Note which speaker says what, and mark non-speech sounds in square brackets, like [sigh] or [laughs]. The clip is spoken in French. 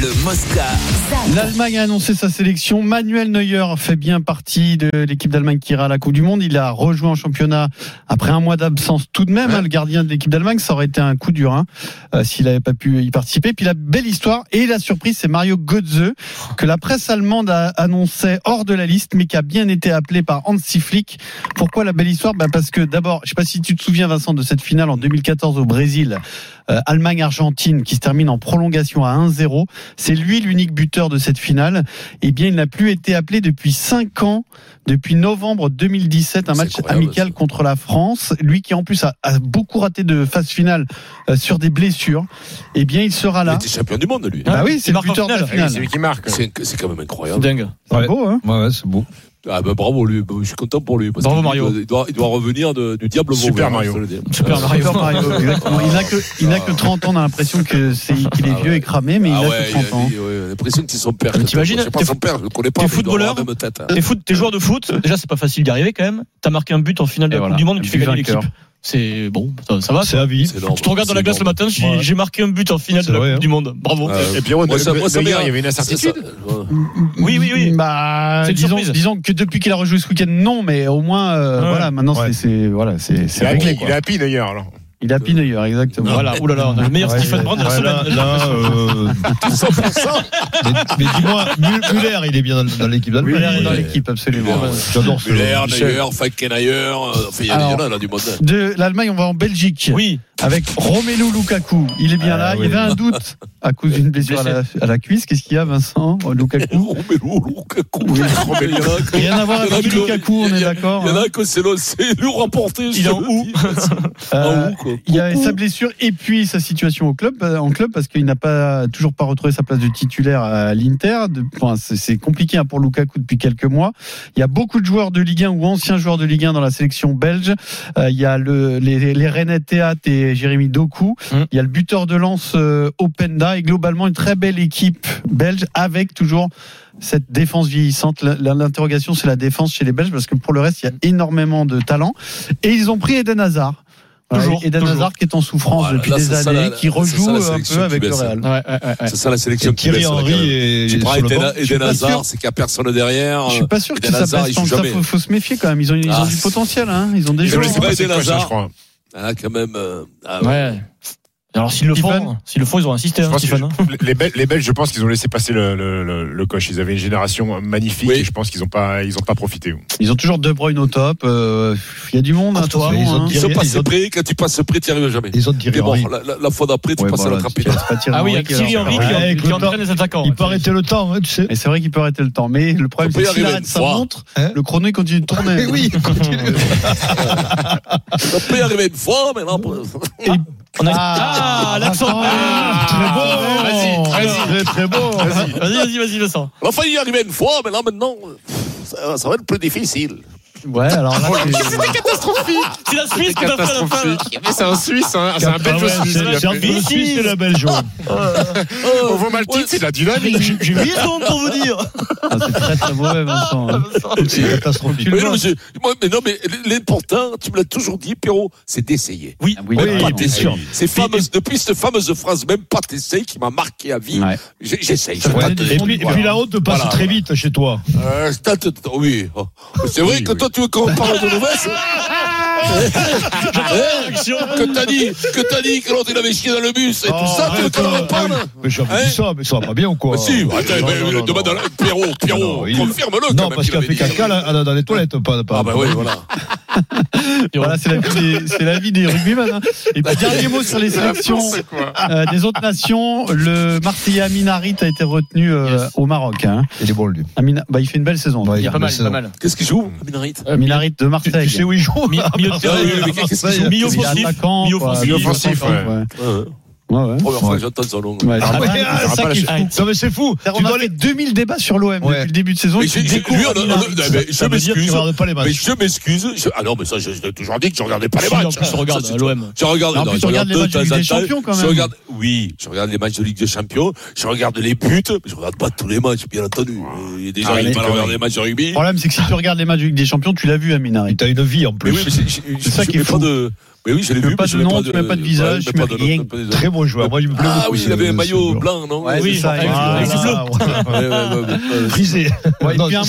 Speaker 1: le Mosca.
Speaker 2: Zap.
Speaker 3: L'Allemagne a annoncé sa sélection. Manuel Neuer fait bien partie de l'équipe d'Allemagne qui ira à la Coupe du Monde. Il a rejoint en championnat après un mois d'absence tout de même. hein, le gardien de l'équipe d'Allemagne, ça aurait été un coup dur hein, euh, s'il n'avait pas pu y participer. Puis la belle histoire et la surprise, c'est Mario Götze que la presse allemande a annoncé hors de la liste, mais qui a bien été appelé par Hansi Flick. Pourquoi la belle histoire Ben Parce que d'abord, je sais pas si tu te souviens Vincent de cette finale en 2014 au Brésil. Euh, Allemagne-Argentine qui se termine en prolongation à 1-0. C'est lui l'unique buteur de cette finale. Eh bien, il n'a plus été appelé depuis 5 ans, depuis novembre 2017, un
Speaker 4: C'est
Speaker 3: match
Speaker 4: incroyable,
Speaker 3: amical
Speaker 4: ça.
Speaker 3: contre la France. Lui qui en plus a, a beaucoup raté de phase finale euh, sur des blessures. Eh bien, il sera
Speaker 4: Il
Speaker 3: là.
Speaker 4: était champion du monde,
Speaker 5: Ah
Speaker 4: lui.
Speaker 3: Bah oui, c'est le
Speaker 5: marque en
Speaker 3: buteur de la
Speaker 5: finale.
Speaker 3: finale.
Speaker 6: Celui qui marque.
Speaker 4: C'est c'est quand même
Speaker 5: C'est
Speaker 4: incroyable.
Speaker 5: dingue.
Speaker 3: C'est beau, hein
Speaker 7: Ouais, ouais, c'est beau.
Speaker 4: Ah bah bravo lui, Bah, je suis content pour lui. Parce que
Speaker 5: Bravo,
Speaker 4: lui,
Speaker 5: Mario.
Speaker 4: Il doit, il doit revenir de- du diable au
Speaker 6: Super
Speaker 4: mauvais,
Speaker 6: Mario.
Speaker 4: hein, je te le dis.
Speaker 5: Super Mario.
Speaker 3: Super Mario, exactement. Il n'a que, il n'a que 30 ans, on a l'impression que c'est, qu'il est
Speaker 4: Ah
Speaker 3: vieux
Speaker 4: ouais.
Speaker 3: et cramé, mais il
Speaker 4: Ah
Speaker 3: a
Speaker 4: ouais,
Speaker 3: que
Speaker 4: il a
Speaker 3: 30 ans.
Speaker 4: dit, ouais, l'impression que c'est son père.
Speaker 5: Mais
Speaker 4: Je
Speaker 5: t'imagines,
Speaker 4: sais pas
Speaker 5: t'es
Speaker 4: son père, je le connais pas.
Speaker 5: t'es
Speaker 4: mais il doit
Speaker 5: footballeur.
Speaker 4: avoir la même tête, hein.
Speaker 7: Euh,
Speaker 5: T'es, foot, t'es joueur de foot, déjà c'est pas facile d'y arriver quand même. T'as marqué un but en finale
Speaker 3: Et
Speaker 5: de la
Speaker 3: voilà,
Speaker 5: Coupe du Monde,
Speaker 3: un
Speaker 5: tu fais
Speaker 3: but
Speaker 5: gagner
Speaker 3: vainqueur.
Speaker 5: l'équipe. C'est bon, ça, ça va.
Speaker 7: C'est la vie.
Speaker 4: C'est énorme.
Speaker 5: Tu te regardes dans la
Speaker 4: C'est
Speaker 5: glace le
Speaker 4: énorme.
Speaker 5: matin, tu dis,
Speaker 7: Ouais.
Speaker 5: j'ai marqué un but en finale
Speaker 7: C'est
Speaker 5: de la
Speaker 7: vrai,
Speaker 5: Coupe
Speaker 7: hein.
Speaker 5: du Monde. Bravo.
Speaker 4: Ah,
Speaker 6: Et Pierrot,
Speaker 4: Moi, ça- moi,
Speaker 6: le-
Speaker 4: ça
Speaker 6: le gars,
Speaker 4: m'est-
Speaker 6: il y avait une
Speaker 4: C'est ça.
Speaker 6: incertitude.
Speaker 4: Ouais.
Speaker 5: Oui, oui, oui.
Speaker 3: Bah,
Speaker 5: C'est une
Speaker 3: disons,
Speaker 5: surprise.
Speaker 3: disons que depuis qu'il a rejoué ce week-end, non, mais au moins, euh,
Speaker 5: Ouais.
Speaker 3: voilà, maintenant c'est,
Speaker 7: Ouais.
Speaker 3: c'est, voilà, c'est, c'est
Speaker 6: Il a
Speaker 3: bon,
Speaker 6: happy,
Speaker 3: quoi.
Speaker 6: il a happy d'ailleurs. alors.
Speaker 3: Il a pin d'ailleurs, exactement.
Speaker 5: [laughs] [laughs] Voilà, oulala, on a le meilleur
Speaker 7: Ouais,
Speaker 5: Stephen Brand de la
Speaker 7: ouais,
Speaker 5: semaine.
Speaker 7: là, là, euh,
Speaker 4: 100%.
Speaker 7: mais, mais dis-moi, Mü- Müller, il est bien dans, dans l'équipe
Speaker 3: Oui,
Speaker 7: d'Allemagne.
Speaker 3: il est dans
Speaker 7: Ouais.
Speaker 3: l'équipe, absolument.
Speaker 4: Ouais.
Speaker 7: J'adore ce
Speaker 4: Müller,
Speaker 7: Michel.
Speaker 4: Neuer, Falkenhayer, euh, enfin, il y en a il y en a là du monde.
Speaker 3: De l'Allemagne, on va en Belgique.
Speaker 5: Oui,
Speaker 3: Avec Romelu Lukaku. Il est bien
Speaker 7: Ah,
Speaker 3: là. Il y
Speaker 7: oui.
Speaker 3: avait un doute à cause d'une blessure à la, à la cuisse. Qu'est-ce qu'il y a, Vincent? Oh, Lukaku?
Speaker 4: Romelu Lukaku.
Speaker 3: Oui.
Speaker 4: Oh, Il y en a un qui-
Speaker 3: Rien à voir
Speaker 4: il y en a
Speaker 3: avec
Speaker 4: qui-
Speaker 3: Lukaku, on
Speaker 4: il
Speaker 3: est
Speaker 4: y a-
Speaker 3: d'accord.
Speaker 4: Il y en
Speaker 3: hein.
Speaker 4: a un que c'est le- c'est lui remporté.
Speaker 5: Il est en où [laughs]
Speaker 3: Euh,
Speaker 4: En où, quoi.
Speaker 3: Il y a sa blessure et puis sa situation au club, euh, en club parce qu'il n'a pas toujours pas retrouvé sa place de titulaire à l'Inter. De- enfin, c'est- c'est compliqué hein, pour Lukaku depuis quelques mois. Il y a beaucoup de joueurs de Ligue 1 ou anciens joueurs de Ligue 1 dans la sélection belge. Euh, il y a le, les, les René Théat et Jérémy Doku.
Speaker 5: Hum.
Speaker 3: Il y a le buteur de lance euh, Openda et globalement une très belle équipe belge avec toujours cette défense vieillissante. La- la- L'interrogation, c'est la défense chez les Belges parce que pour le reste, il y a énormément de talent. Et ils ont pris Eden Hazard. Voilà,
Speaker 5: Toujours,
Speaker 3: Eden
Speaker 5: toujours.
Speaker 3: Hazard qui est en souffrance
Speaker 4: Voilà,
Speaker 3: depuis
Speaker 4: là,
Speaker 3: des
Speaker 4: c'est ça,
Speaker 3: années,
Speaker 4: la-
Speaker 3: qui
Speaker 4: c'est
Speaker 3: rejoue
Speaker 4: ça, la
Speaker 3: un
Speaker 4: sélection
Speaker 3: peu avec
Speaker 4: qui
Speaker 3: le
Speaker 4: baisse,
Speaker 3: Real.
Speaker 5: ouais, ouais, ouais. ouais.
Speaker 4: C'est ça la sélection
Speaker 7: Et
Speaker 4: qui baisse,
Speaker 7: Thierry
Speaker 4: là, quand
Speaker 7: Henry
Speaker 4: même.
Speaker 7: et
Speaker 4: Tu prends Eden,
Speaker 3: Je suis
Speaker 4: Eden
Speaker 3: pas
Speaker 4: Hazard,
Speaker 3: sûr.
Speaker 4: c'est qu'il n'y a personne derrière.
Speaker 3: Je suis pas sûr que
Speaker 4: Ah, Eden
Speaker 3: ça
Speaker 4: Hazard,
Speaker 3: passe
Speaker 4: il
Speaker 3: tant
Speaker 4: joue
Speaker 3: que ça.
Speaker 4: jamais.
Speaker 3: Faut, faut se méfier quand même. Ils ont, ils ont
Speaker 4: Ah,
Speaker 3: du
Speaker 4: c'est-
Speaker 3: potentiel. Hein. Ils ont des
Speaker 6: Il
Speaker 3: joueurs.
Speaker 6: avait laissé
Speaker 4: Ouais,
Speaker 6: passer
Speaker 4: Eden
Speaker 6: le coche,
Speaker 4: Hazard.
Speaker 6: je crois.
Speaker 4: Ah, là, quand même. euh, ah,
Speaker 5: Ouais. Alors s'ils le
Speaker 3: Stephen
Speaker 5: font, s'ils le font, ils ont insisté,
Speaker 6: Je
Speaker 5: hein,
Speaker 6: pense que
Speaker 5: Stephen. hein.
Speaker 6: je- les, Bel- les Belges, je pense qu'ils ont laissé passer le, le, le- le coche. Ils avaient une génération magnifique
Speaker 4: Oui.
Speaker 6: et je pense qu'ils n'ont pas, ils ont pas [laughs] profité.
Speaker 3: Ils ont toujours De Bruyne au top. euh, Il y a du monde. hein,
Speaker 7: Attention,
Speaker 3: toi,
Speaker 7: ils ont
Speaker 3: hein.
Speaker 7: dit-
Speaker 4: Ah, Ils sont
Speaker 7: Ils- ils
Speaker 4: passés
Speaker 7: ont-
Speaker 4: près. Quand tu passes près, tu n'y arrives jamais.
Speaker 7: Ils ont Thierry
Speaker 4: Mais bon,
Speaker 7: Henry.
Speaker 4: la, la- la fois d'après, tu
Speaker 3: Ouais,
Speaker 4: passes à
Speaker 3: voilà,
Speaker 4: la
Speaker 3: tu
Speaker 4: rapide.
Speaker 3: laisses pas tirer
Speaker 5: Ah oui, il y a
Speaker 3: Henry qui
Speaker 5: Thierry
Speaker 3: leur-
Speaker 5: Henry
Speaker 7: Ouais,
Speaker 5: qui,
Speaker 7: avec
Speaker 5: qui
Speaker 7: le
Speaker 5: entraîne les attaquants.
Speaker 7: Il peut arrêter le temps, hein, tu sais.
Speaker 3: Mais c'est vrai qu'il peut arrêter le temps. Mais le problème,
Speaker 4: On peut
Speaker 3: c'est que
Speaker 4: y
Speaker 3: s'il
Speaker 4: arriver
Speaker 3: arrête
Speaker 4: une
Speaker 3: sa
Speaker 4: fois.
Speaker 3: montre,
Speaker 7: Hein
Speaker 3: le chrono il continue de tourner.
Speaker 7: Mais oui, continue.
Speaker 4: Ça peut y arriver une fois,
Speaker 3: [laughs]
Speaker 4: mais là. bon.
Speaker 5: On a-
Speaker 3: Ah,
Speaker 5: Ah, l'accent.
Speaker 3: ah, très beau.
Speaker 6: Vas-y,
Speaker 3: Très, très beau.
Speaker 5: Vas-y, vas-y, vas-y, Vincent.
Speaker 4: On a failli y arriver une fois, mais là, maintenant, ça, ça va être plus difficile.
Speaker 3: Ouais, alors là, c'est-
Speaker 5: C'est la Suisse qui t'a fait à la fin.
Speaker 6: Mais c'est un Suisse, hein. c'est un
Speaker 7: Ah ouais, c'est c'est entre le Suisse et la Belge. ouais.
Speaker 4: Euh,
Speaker 6: Au vent Maltique,
Speaker 4: ouais,
Speaker 6: c'est de la dynamique.
Speaker 5: J'ai 8 secondes pour vous dire.
Speaker 3: Ah, c'est très très mauvais, Vincent. hein.
Speaker 7: C'est catastrophique.
Speaker 4: mais non, mais, je- moi, mais non, mais l'important, tu me l'as toujours dit, Pierrot, c'est d'essayer.
Speaker 5: Oui.
Speaker 3: Oui,
Speaker 4: Même
Speaker 3: oui, non,
Speaker 4: pas t'essayer.
Speaker 3: sûr.
Speaker 4: Ces fameuses, depuis cette fameuse phrase, même pas t'essayer, qui m'a marqué à vie,
Speaker 3: Ouais.
Speaker 4: j'ai- j'essaye.
Speaker 3: Ça
Speaker 4: Je
Speaker 3: va
Speaker 4: tente
Speaker 3: être-
Speaker 4: de-
Speaker 7: Et puis, et puis la honte passe
Speaker 4: Voilà.
Speaker 7: très vite chez toi.
Speaker 4: Euh, je tente de- oui. Oh. C'est vrai
Speaker 6: Oui,
Speaker 4: que
Speaker 6: oui.
Speaker 4: toi, tu veux qu'on parle de l'OVS Que t'as dit, que t'as dit que l'autre il avait chié dans le bus et tout
Speaker 7: Oh,
Speaker 4: ça, tu veux
Speaker 7: arrête,
Speaker 4: qu'on en
Speaker 7: euh,
Speaker 4: reparle
Speaker 7: Mais j'ai
Speaker 4: Hein
Speaker 7: dit ça, mais ça va pas bien ou quoi
Speaker 4: Mais Bah, Si, attends,
Speaker 7: oh, Non,
Speaker 4: mais
Speaker 7: non, non,
Speaker 4: demande
Speaker 7: non.
Speaker 4: à Pierrot, Pierrot,
Speaker 7: Non, il-
Speaker 4: confirme-le quand
Speaker 7: Non,
Speaker 4: même
Speaker 7: parce qu'il a
Speaker 4: avait
Speaker 7: fait
Speaker 4: dit ça.
Speaker 7: caca là, là, dans les toilettes. Pas, pas-
Speaker 4: Ah bah oui, voilà.
Speaker 3: Voilà, c'est la vie des, c'est la vie des rugbyman. hein. Et puis, dernier mot sur les sélections euh, des autres nations. Le Marseillais Amin Harit a été retenu euh,
Speaker 5: Yes.
Speaker 3: au Maroc. Hein.
Speaker 7: Il est bon lui.
Speaker 3: Amin- bah, il fait une belle saison.
Speaker 7: Ouais,
Speaker 5: Il y a pas mal,
Speaker 7: c'est
Speaker 5: pas
Speaker 7: bon.
Speaker 5: mal.
Speaker 4: Qu'est-ce qu'il joue, Minarit
Speaker 3: Amin Harit de
Speaker 7: Euh, Tu,
Speaker 3: Marseille.
Speaker 7: tu sais où il joue hein,
Speaker 5: Mi- Milieu de terrain.
Speaker 4: Ah oui, oui, mais qu'est-ce qu'ils
Speaker 7: Marseille,
Speaker 5: milieu
Speaker 3: Il est
Speaker 5: offensif.
Speaker 3: attaquant,
Speaker 5: milieu
Speaker 3: quoi.
Speaker 5: offensif.
Speaker 3: Milieu offensif,
Speaker 6: Ouais.
Speaker 3: ouais.
Speaker 4: Euh,
Speaker 3: Ouais, ouais.
Speaker 4: Première fois
Speaker 7: Ouais.
Speaker 4: que j'entends son nom.
Speaker 3: Ouais,
Speaker 7: Ah ouais,
Speaker 3: c'est
Speaker 7: ah,
Speaker 3: ça qui est fou.
Speaker 7: Non mais c'est fou.
Speaker 3: C'est-à-dire,
Speaker 7: Tu
Speaker 3: On
Speaker 7: dois
Speaker 3: a fait 2000 débats sur l'OM
Speaker 7: Ouais.
Speaker 3: depuis le début de saison.
Speaker 4: Mais
Speaker 3: tu
Speaker 4: j'ai- j'ai-
Speaker 3: découvres
Speaker 4: lui, on a-
Speaker 3: Amin
Speaker 4: on a-
Speaker 3: Harit.
Speaker 4: non, mais je
Speaker 7: Ça veut dire que tu
Speaker 4: m'excuse.
Speaker 7: regardes pas
Speaker 3: Ah,
Speaker 7: les
Speaker 4: Mais
Speaker 7: matchs.
Speaker 4: je m'excuse. je- Ah non, mais ça, je, je l'ai toujours dit que je regardais pas les
Speaker 5: Si,
Speaker 4: matchs.
Speaker 5: en plus,
Speaker 4: Ça,
Speaker 5: regarde,
Speaker 4: c'est-
Speaker 5: l'OM.
Speaker 4: Je regarde,
Speaker 3: euh, En plus, tu
Speaker 4: je
Speaker 3: regardes les
Speaker 4: de
Speaker 3: matchs de
Speaker 4: temps
Speaker 3: Ligue
Speaker 4: en
Speaker 3: des
Speaker 4: temps.
Speaker 3: Champions, quand
Speaker 4: Je
Speaker 3: même.
Speaker 4: regarde, oui, je regarde les matchs de Ligue des Champions. Je regarde les buts. Mais je regarde pas tous les matchs, bien entendu. Il y a des gens
Speaker 3: Ah,
Speaker 4: qui
Speaker 3: mais- Oh,
Speaker 4: aiment pas regarder les matchs de rugby.
Speaker 3: Le problème, c'est que si tu regardes les matchs de Ligue des Champions, tu l'as vu, hein, Amin Harit.
Speaker 7: T'as une vie en
Speaker 4: Mais
Speaker 7: plus.
Speaker 4: oui, mais c'est- je- je-
Speaker 3: ça
Speaker 4: je
Speaker 3: qui est
Speaker 4: mets
Speaker 3: fou.
Speaker 4: pas de, Mais oui, je l'ai
Speaker 3: Je
Speaker 4: vu.
Speaker 3: mets pas
Speaker 4: mais je
Speaker 3: de
Speaker 4: mets
Speaker 3: nom, je mets pas de visage,
Speaker 4: ouais,
Speaker 3: je mets
Speaker 4: pas de-
Speaker 3: rien.
Speaker 4: pas de-
Speaker 7: Très bon joueur. Moi, il me plaît
Speaker 4: Ah
Speaker 7: beaucoup,
Speaker 4: oui,
Speaker 7: ce-
Speaker 4: il avait un
Speaker 7: ce
Speaker 4: maillot
Speaker 7: joueur.
Speaker 4: blanc, non
Speaker 7: Ouais,
Speaker 5: Oui,
Speaker 7: c'est ça,
Speaker 5: avec-
Speaker 7: voilà,
Speaker 5: avec du bleu.
Speaker 7: voilà.
Speaker 4: Ouais, ouais, ouais, ouais.
Speaker 7: Frisé.
Speaker 3: Ouais, et
Speaker 7: Non,
Speaker 3: puis un
Speaker 7: c'est-